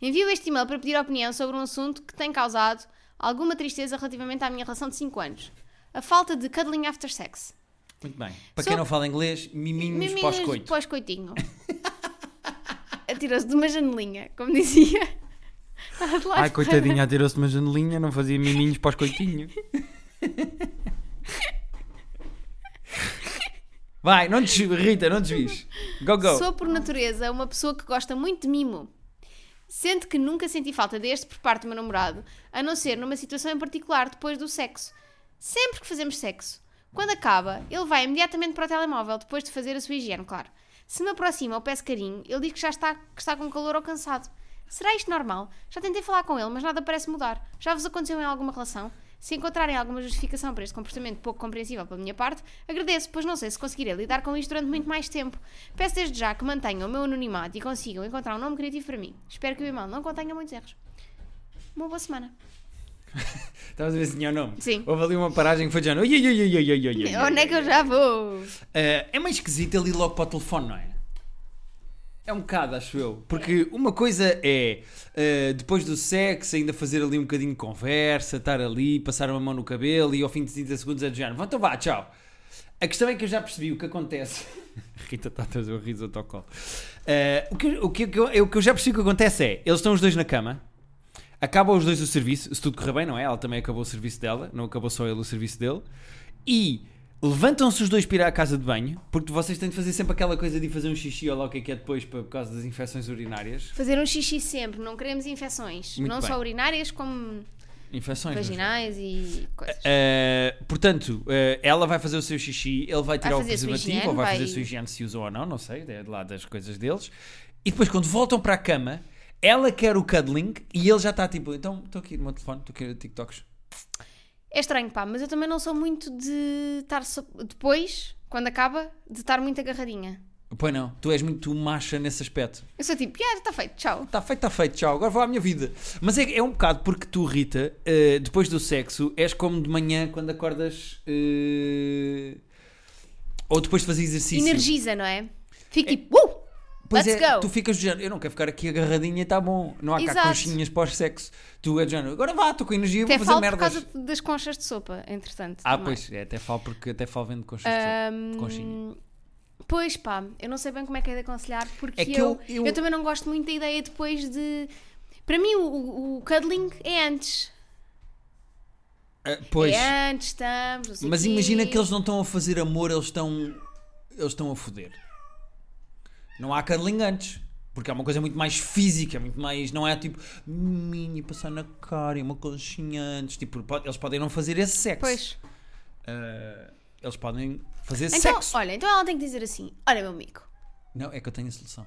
B: Envio este e-mail para pedir opinião sobre um assunto que tem causado alguma tristeza relativamente à minha relação de 5 anos. A falta de cuddling after sex.
A: Muito bem. Para
B: Sou-
A: quem não fala inglês, miminhos, pós-coito.
B: pós-coitinho. Atirou-se de uma janelinha, como dizia. Estava de lá à
A: Ai,
B: espera.
A: coitadinha, atirou-se de uma janelinha, não fazia miminhos pós-coitinho. Vai, não desvies, Rita, não desvies. Go, go.
B: Sou, por natureza, uma pessoa que gosta muito de mimo. Sendo que nunca senti falta deste por parte do meu namorado, a não ser numa situação em particular depois do sexo. Sempre que fazemos sexo, quando acaba, ele vai imediatamente para o telemóvel depois de fazer a sua higiene, claro. Se me aproxima ou peço carinho, ele diz que já está, que está com calor ou cansado. Será isto normal? Já tentei falar com ele, mas nada parece mudar. Já vos aconteceu em alguma relação? Se encontrarem alguma justificação para este comportamento pouco compreensível pela minha parte, agradeço, pois não sei se conseguirei lidar com isto durante muito mais tempo. Peço desde já que mantenham o meu anonimato e consigam encontrar um nome criativo para mim. Espero que o e-mail não contenha muitos erros. Uma boa semana.
A: Estavas a ver se tinha o nome?
B: Sim.
A: Houve ali uma paragem que foi de Ui, ui, ui, ui, ui, ui, ui, ui.
B: Onde é que eu já vou?
A: Eh, é meio esquisito ele ir logo para o telefone, não é? É um bocado, acho eu. Porque uma coisa é, eh, depois do sexo, ainda fazer ali um bocadinho de conversa, estar ali, passar uma mão no cabelo e ao fim de 30 segundos é de género. "Vá, Então vá, tchau. A questão é que eu já percebi o que acontece. Rita está a trazer o riso ao colo. Eh, o, que, o, que, o que eu- eu- o que eu já percebi que acontece é, eles estão os dois na cama, acabam os dois o serviço, se tudo correr bem, não é? Ela também acabou o serviço dela, não acabou só ele o serviço dele. E levantam-se os dois para ir à casa de banho, porque vocês têm de fazer sempre aquela coisa de ir fazer um xixi ou lá o que é que é depois para- por causa das infecções urinárias.
B: Fazer um xixi sempre, não queremos infecções.
A: Muito
B: não
A: bem.
B: só urinárias, como
A: Infecções. não é?
B: vaginais e coisas.
A: Uh, portanto, uh, ela vai fazer o seu xixi, ele vai tirar o
B: fazer a sua
A: preservativo
B: higiene,
A: ou vai,
B: vai-
A: fazer a sua higiene se usou ou não, não sei, é de lá das coisas deles. E depois, quando voltam para a cama, ela quer o cuddling e ele já está tipo: então estou aqui no meu telefone, estou aqui no TikToks.
B: É estranho, pá, mas eu também não sou muito de estar so- depois, quando acaba, de estar muito agarradinha.
A: Pois não, tu és muito macha nesse aspecto.
B: Eu sou tipo, yeah, está feito, tchau.
A: Está Tá feito, está feito, tchau, agora vou à minha vida. Mas é, é um bocado porque tu, Rita, uh, depois do sexo, és como de manhã quando acordas. uh, ou depois de fazer exercício.
B: Energiza, não é? Fico tipo, uh!
A: Pois
B: Let's
A: é,
B: go!
A: tu ficas do género, eu não quero ficar aqui agarradinha, está bom. Não há cá
B: Exato.
A: conchinhas pós-sexo. Tu é do género, agora vá, estou com energia,
B: Até
A: vou fazer
B: falo por
A: merdas.
B: causa das conchas de sopa, entretanto.
A: Ah,
B: também.
A: pois, é, até falo porque até falo vendo conchas de sopa, conchinha.
B: Hum, Pois pá, eu não sei bem como é que é de aconselhar, porque
A: É que
B: eu,
A: eu- eu-
B: eu... também não gosto muito da ideia depois de. Para mim, o, o- o cuddling é antes.
A: Ah, pois,
B: É antes, estamos. não sei
A: mas
B: quê.
A: imagina que eles não estão a fazer amor, eles estão eles estão a foder. Não há cuddling antes. Porque é uma coisa muito mais física, é muito mais. Não é tipo. Mini, passar na cara, e uma conchinha antes. Tipo, pode- eles podem não fazer esse sexo.
B: Pois.
A: Ah, eles podem fazer
B: Então,
A: sexo.
B: olha, então ela tem que dizer assim: olha, meu amigo,
A: Não, é que eu tenho a solução.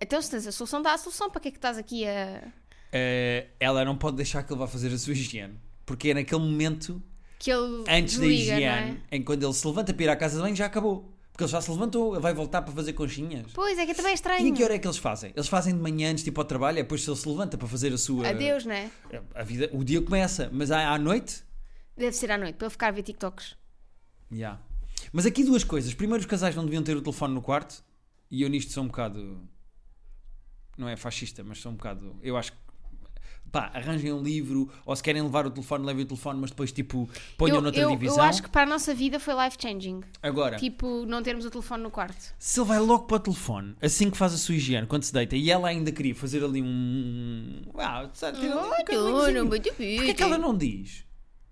B: então se tens a solução, dá a solução, para que é que estás aqui a.
A: Eh, ela não pode deixar que ele vá fazer a sua higiene. Porque é naquele momento,
B: que ele
A: antes
B: desliga,
A: da
B: não
A: higiene,
B: é?
A: em quando ele se levanta para ir à casa de banho, já acabou. Porque ele já se levantou, ele vai voltar para fazer conchinhas.
B: Pois, é que também é
A: E a
B: estranho.
A: que hora é que eles fazem? Eles fazem de manhã antes, tipo ao trabalho, é depois se ele se levanta para fazer a sua.
B: Adeus, não é?
A: A vida, o dia começa, mas à, à noite.
B: Deve ser à noite, para ele ficar a ver TikToks.
A: já Mas aqui duas coisas. Primeiro, os casais não deviam ter o telefone no quarto. E eu nisto sou um bocado. Não é fascista, mas sou um bocado. Eu acho que. Pá, arranjem um livro, ou se querem levar o telefone, levem o telefone, mas depois, tipo, ponham
B: eu,
A: noutra
B: eu,
A: divisão. É.
B: eu acho que para a nossa vida foi life changing.
A: Agora,
B: Tipo, não termos o telefone no quarto.
A: se ele vai logo para o telefone, assim que faz a sua higiene, quando se deita, e ela ainda queria fazer ali um. Ah, sabe, ter ali um caminhozinho. Porquê é que ela não diz?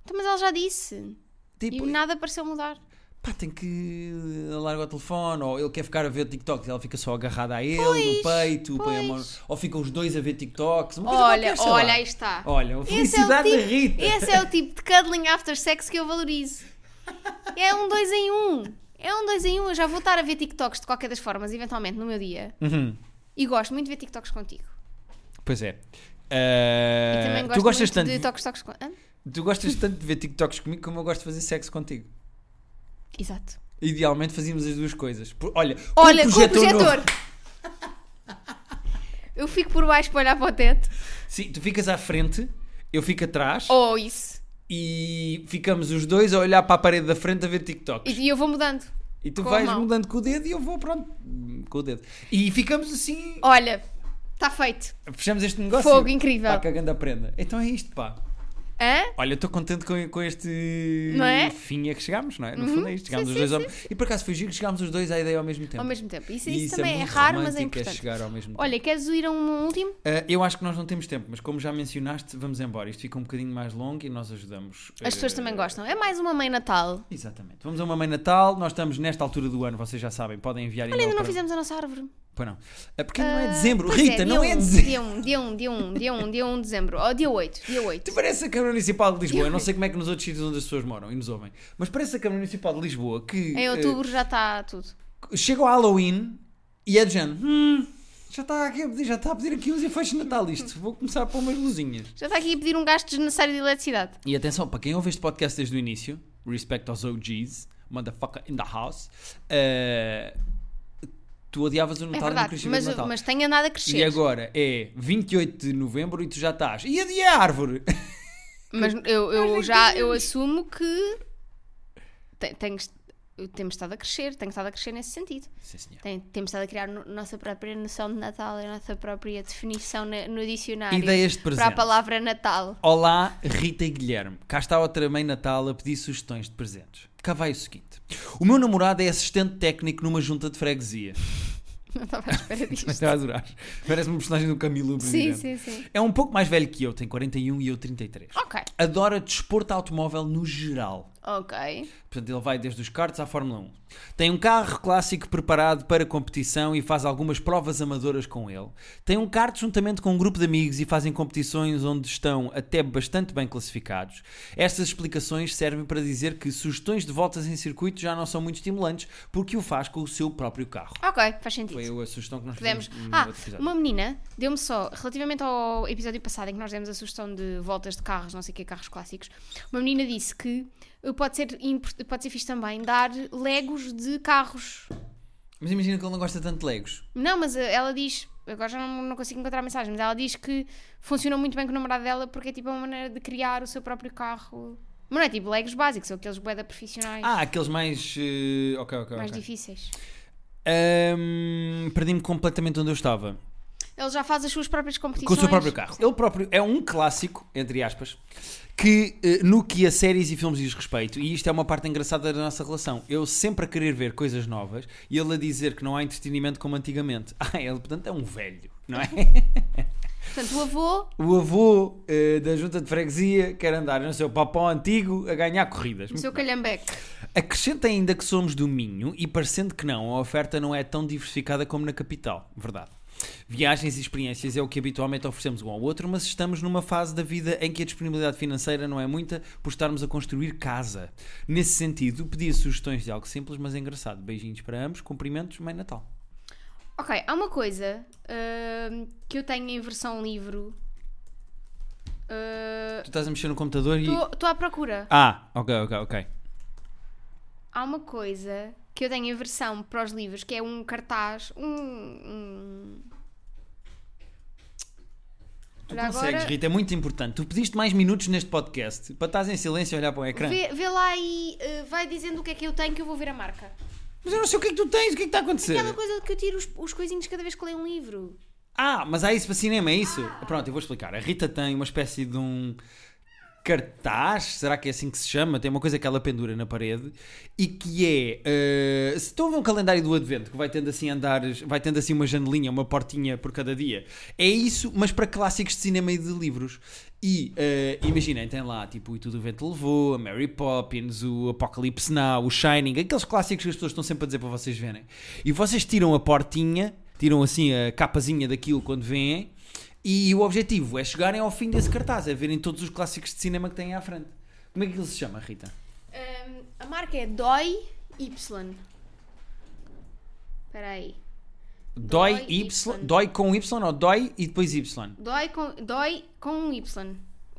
B: Então, mas ela já disse.
A: Tipo,
B: E nada pareceu mudar.
A: pá, tem que largar o telefone, ou ele quer ficar a ver TikToks, ela fica só agarrada a ele, no peito, põe a mão-
B: pois.
A: ou ficam os dois a ver TikToks, uma coisa
B: Olha,
A: qualquer, sei lá.
B: olha, aí está.
A: Olha, a
B: Esse
A: Oh, felicidade
B: é o
A: da
B: tipo,
A: Rita.
B: Esse é o tipo de cuddling after sex que eu valorizo. É um dois em um. É um dois em um. Eu já vou estar a ver TikToks de qualquer das formas, eventualmente, no meu dia.
A: Uhum,
B: E gosto muito de ver TikToks contigo.
A: Pois é. Ah,
B: E também gosto
A: tu gostas
B: muito
A: tanto
B: de
A: de...
B: toques, toques com... Hã?
A: tu gostas tanto de ver TikToks comigo como eu gosto de fazer sexo contigo.
B: Exato.
A: Idealmente fazíamos as duas coisas. Por- olha, com
B: Olha,
A: o
B: com o
A: projetor. novo-
B: projetor. Eu fico por baixo para olhar para o teto.
A: Sim, tu ficas à frente eu fico atrás
B: Ou Oh, isso.
A: e ficamos os dois a olhar para a parede da frente a ver TikToks.
B: E, e eu vou mudando.
A: E tu
B: com a
A: vais
B: mão.
A: mudando com o dedo e eu vou, pronto, com o dedo. E ficamos assim,
B: Olha, está feito.
A: fechamos este negócio.
B: Fogo, incrível.
A: Pá, que a grande prenda. Então é isto, pá.
B: Hã?
A: Olha, eu estou contente com, com este
B: Não é?
A: fim a que chegámos, não é? No
B: Uhum.
A: fundo é isto. Chegámos
B: Sim,
A: os
B: sim,
A: dois ao... E por acaso foi giro que chegámos os dois à ideia ao mesmo tempo.
B: Ao mesmo tempo. Isso,
A: E
B: isso, também é,
A: muito
B: raro, mas é
A: romântico,
B: importante.
A: chegar ao mesmo tempo.
B: Olha, queres ir a um último?
A: Ah, eu acho que nós não temos tempo, mas como já mencionaste, vamos embora. Isto fica um bocadinho mais longo e nós ajudamos.
B: As pessoas
A: eh,
B: também gostam. É mais uma mãe Natal.
A: Exatamente. Vamos a uma mãe Natal. Nós estamos nesta altura do ano, vocês já sabem, podem enviar
B: Olha,
A: e-mail
B: ainda não
A: para-
B: fizemos a nossa árvore.
A: Pois não. Ah, Porque ainda não é
B: Ah,
A: dezembro.
B: pois
A: Rita, não
B: dia
A: é
B: um,
A: dezembro.
B: Dia 1, dia 1, dia 1, dia 1, dia 1 de dezembro. Ou dia 8, dia 8.
A: Parece a Câmara Municipal de Lisboa. Eu não sei como é que nos outros sítios onde as pessoas moram e nos ouvem, mas parece a Câmara Municipal de Lisboa que.
B: Em
A: eh,
B: É outubro já está tudo.
A: chega o Halloween e é de género. "Hum, já está aqui a pedir, já está a pedir aqui uns efeitos de Natal isto. Vou começar a pôr umas luzinhas.
B: Já está aqui a pedir um gasto desnecessário de eletricidade.
A: E atenção, para quem ouve este podcast desde o início, respect aos OGs, motherfucker in the house, eh, tu odiavas o
B: É
A: Natal e não tá
B: verdade,
A: querias saber
B: mas,
A: do Natal.
B: mas tem andado a crescer.
A: E agora é 28 de novembro e tu já estás. E a e a árvore?
B: Mas eu, eu já eu assumo que te- tenho est- eu- temos estado a crescer, tenho estado a crescer nesse sentido.
A: Sim, senhor.
B: Tem- temos estado a criar no- nossa própria noção de Natal, a nossa própria definição na- no dicionário
A: Ideias de
B: para a
A: presente.
B: palavra Natal.
A: Olá, Rita e Guilherme. Cá está outra mãe Natal a pedir sugestões de presentes. Cá vai o seguinte: O meu namorado é assistente técnico numa junta de freguesia.
B: Não estava à espera disto.
A: Mas está é a adorar. Parece uma personagem do Camilo. o
B: sim,
A: Presidente.
B: sim, sim. Ah.
A: É um pouco mais velho que eu, tem 41 e eu 33.
B: Ok,
A: Adora desporto automóvel no geral.
B: ok.
A: Portanto, ele vai desde os karts à Fórmula 1. Tem um carro clássico preparado para competição e faz algumas provas amadoras com ele. Tem um kart juntamente com um grupo de amigos e fazem competições onde estão até bastante bem classificados. Estas explicações servem para dizer que sugestões de voltas em circuito já não são muito estimulantes porque o faz com o seu próprio carro.
B: Ok, faz sentido.
A: Foi a sugestão que nós
B: Podemos.
A: fizemos Hum, no
B: Ah,
A: um outro episódio.
B: uma menina deu-me só, relativamente ao episódio passado em que nós demos a sugestão de voltas de carros, não sei o que, carros clássicos, uma menina disse que eh, pode ser, impor- pode ser fixe também dar legos de carros.
A: Mas imagina que ele não gosta tanto de Legos.
B: Não, mas eh, ela diz, agora já não, não consigo encontrar a mensagem, mas ela diz que funcionou muito bem com o namorado dela porque é tipo uma maneira de criar o seu próprio carro. Mas não é tipo legos básicos, são aqueles boeda profissionais
A: Ah, aqueles mais. eh, ok, ok,
B: É. mais
A: ok.
B: difíceis.
A: Ahm, Perdi-me completamente onde eu estava.
B: Ele já faz as suas próprias competições.
A: Com o seu próprio carro. Ele próprio é um clássico, entre aspas, que eh, no que a séries e filmes diz respeito, e isto é uma parte engraçada da nossa relação, eu sempre a querer ver coisas novas e ele a dizer que não há entretenimento como antigamente. Ah, ele, portanto, é um velho, não é?
B: Portanto, o avô
A: O avô eh, da junta de freguesia quer andar no seu papão antigo a ganhar corridas.
B: o seu
A: Muito bem.
B: calhambeque.
A: Acrescenta ainda que somos do Minho e parecendo que não, a oferta não é tão diversificada como na capital. Verdade. Viagens e experiências é o que habitualmente oferecemos um ao outro, mas estamos numa fase da vida em que a disponibilidade financeira não é muita por estarmos a construir casa. Nesse sentido, pedir sugestões de algo simples, mas engraçado. Beijinhos para ambos, cumprimentos, Mãe Natal.
B: Ok, há uma coisa ahm, que eu tenho em versão livro.
A: Tu estás a mexer no computador e.
B: Estou à procura.
A: Ah, ok, ok, ok.
B: Há uma coisa que eu tenho em versão para os livros que é um cartaz. Um. um...
A: Tu
B: Olha,
A: consegues, Rita, é muito importante. Tu pediste mais minutos neste podcast para estás em silêncio a olhar para o ecrã.
B: Vê, vê lá e ah, vai dizendo o que é que eu tenho que eu vou ver a marca.
A: Mas eu não sei o que é que tu tens, o que é que está a acontecer?
B: Aquela coisa que eu tiro os, os coisinhos cada vez que leio um livro.
A: Ah, mas há isso para cinema, é isso? Pronto, eu vou explicar. A Rita tem uma espécie de um cartaz, será que é assim que se chama? Tem uma coisa que ela pendura na parede e que é. eh, se estão a ver um calendário do advento que vai tendo assim andares, vai tendo assim uma janelinha, uma portinha por cada dia, é isso, mas para clássicos de cinema e de livros. E eh, imaginem, tem lá tipo O E Tudo o Vento Levou, a Mary Poppins, o Apocalipse Now, o Shining, aqueles clássicos que as pessoas estão sempre a dizer para vocês verem. E vocês tiram a portinha, tiram assim a capazinha daquilo quando vêm. E o objetivo é chegarem ao fim desse cartaz, é verem todos os clássicos de cinema que têm à frente. Como é que ele se chama, Rita?
B: Ahm, a marca é Dói Y. Espera aí. Dói
A: Dói Y,
B: Y.
A: dói com Y ou dói e depois Y.
B: Dói com, dói com um Y.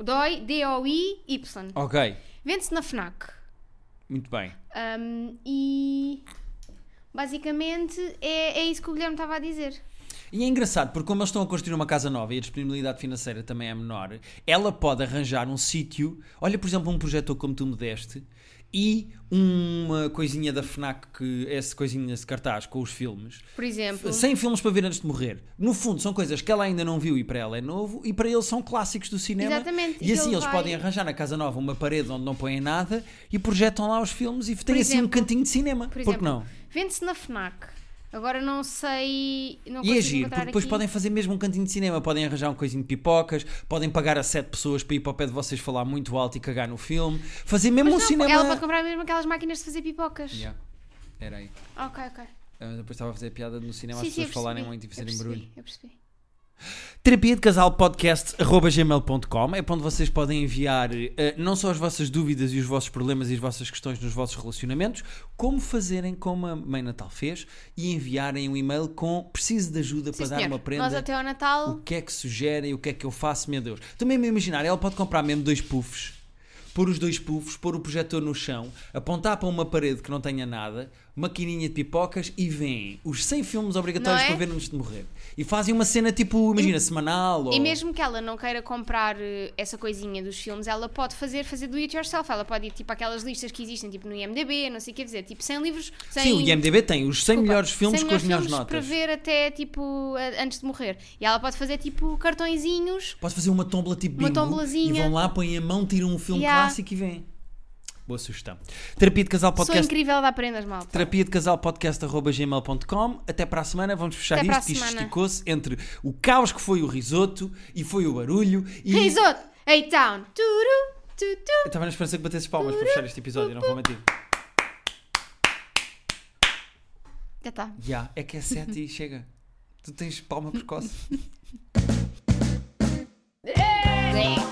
B: Dói, D-O-I-Y.
A: Ok,
B: Vende-se na FNAC.
A: muito bem.
B: Ahm, e basicamente é, é isso que o Guilherme estava a dizer.
A: E é engraçado, porque como eles estão a construir uma casa nova e a disponibilidade financeira também é menor, ela pode arranjar um sítio, olha por exemplo um projetor como tu me deste, e uma coisinha da FNAC, que é essa coisinha, esse cartaz com os filmes,
B: Por exemplo,
A: 100 filmes para ver antes de morrer. No fundo, são coisas que ela ainda não viu e para ela é novo e para eles são clássicos do cinema.
B: Exatamente,
A: E
B: e
A: assim
B: ele
A: eles
B: vai-
A: podem arranjar na Casa Nova uma parede onde não põem nada e projetam lá os filmes e têm assim um
B: exemplo.
A: cantinho de cinema.
B: por
A: Por
B: exemplo,
A: que não?
B: vende-se na FNAC. Agora não sei. Não
A: E
B: consigo
A: é giro,
B: encontrar
A: porque depois
B: aqui.
A: podem fazer mesmo um cantinho de cinema, podem arranjar um coisinho de pipocas, podem pagar a sete pessoas para ir para o pé de vocês falar muito alto e cagar no filme, fazer mesmo
B: Mas
A: um
B: não,
A: cinema.
B: Ela pode comprar mesmo aquelas máquinas de fazer pipocas.
A: Yeah. Era aí.
B: Ok, ok.
A: Ah, mas Depois estava a fazer a piada no cinema,
B: Sim,
A: as
B: sim, eu
A: pessoas falarem
B: percebi,
A: muito e
B: eu
A: fazerem
B: percebi,
A: barulho.
B: Eu percebi.
A: terapia de casal podcast gmail.com é para onde vocês podem enviar eh, não só as vossas dúvidas e os vossos problemas e as vossas questões nos vossos relacionamentos como fazerem como a mãe Natal fez e enviarem um e-mail com preciso de ajuda
B: Sim,
A: para dar
B: senhor.
A: uma prenda
B: Nós até ao Natal.
A: o que é que sugerem, o que é que eu faço, meu Deus. Também me imaginar, ela pode comprar mesmo dois puffs, pôr os dois puffs, pôr o projetor no chão, apontar para uma parede que não tenha nada, maquininha de pipocas e vêm os 100 filmes obrigatórios
B: Não é?
A: para ver antes de morrer. E fazem uma cena tipo, imagina, semanal ou...
B: E mesmo que ela não queira comprar eh, essa coisinha dos filmes, ela pode fazer, fazer do it yourself. Ela pode ir tipo aquelas listas que existem, tipo no IMDb, não sei o que dizer, tipo 100 livros, 100
A: Sim, o IMDB tem os 100
B: desculpa,
A: melhores
B: 100
A: filmes com as melhores
B: filmes
A: notas.
B: Para ver até tipo a- antes de morrer. E ela pode fazer tipo cartõezinhos.
A: Pode fazer uma tombola tipo
B: Uma
A: bingo
B: tombolazinha.
A: e vão lá, põem a mão, tiram um filme
B: Yeah.
A: clássico e vêm. Boa sugestão. Terapia de Casal
B: Sou
A: Podcast
B: incrível de aprendas, malta.
A: terapia de casal podcast.gmail.com até para a semana, vamos fechar
B: Até para
A: isto
B: a
A: que isto
B: semana.
A: esticou-se entre o caos que foi o risoto e foi o barulho e
B: Risoto! Hey Town! Turu!
A: eu
B: Tutu!
A: estava na esperança que batesse palmas para fechar este episódio, não vou mentir
B: Já tá. está.
A: já, é que é sete e chega tu tens palma precoce
B: Bleh.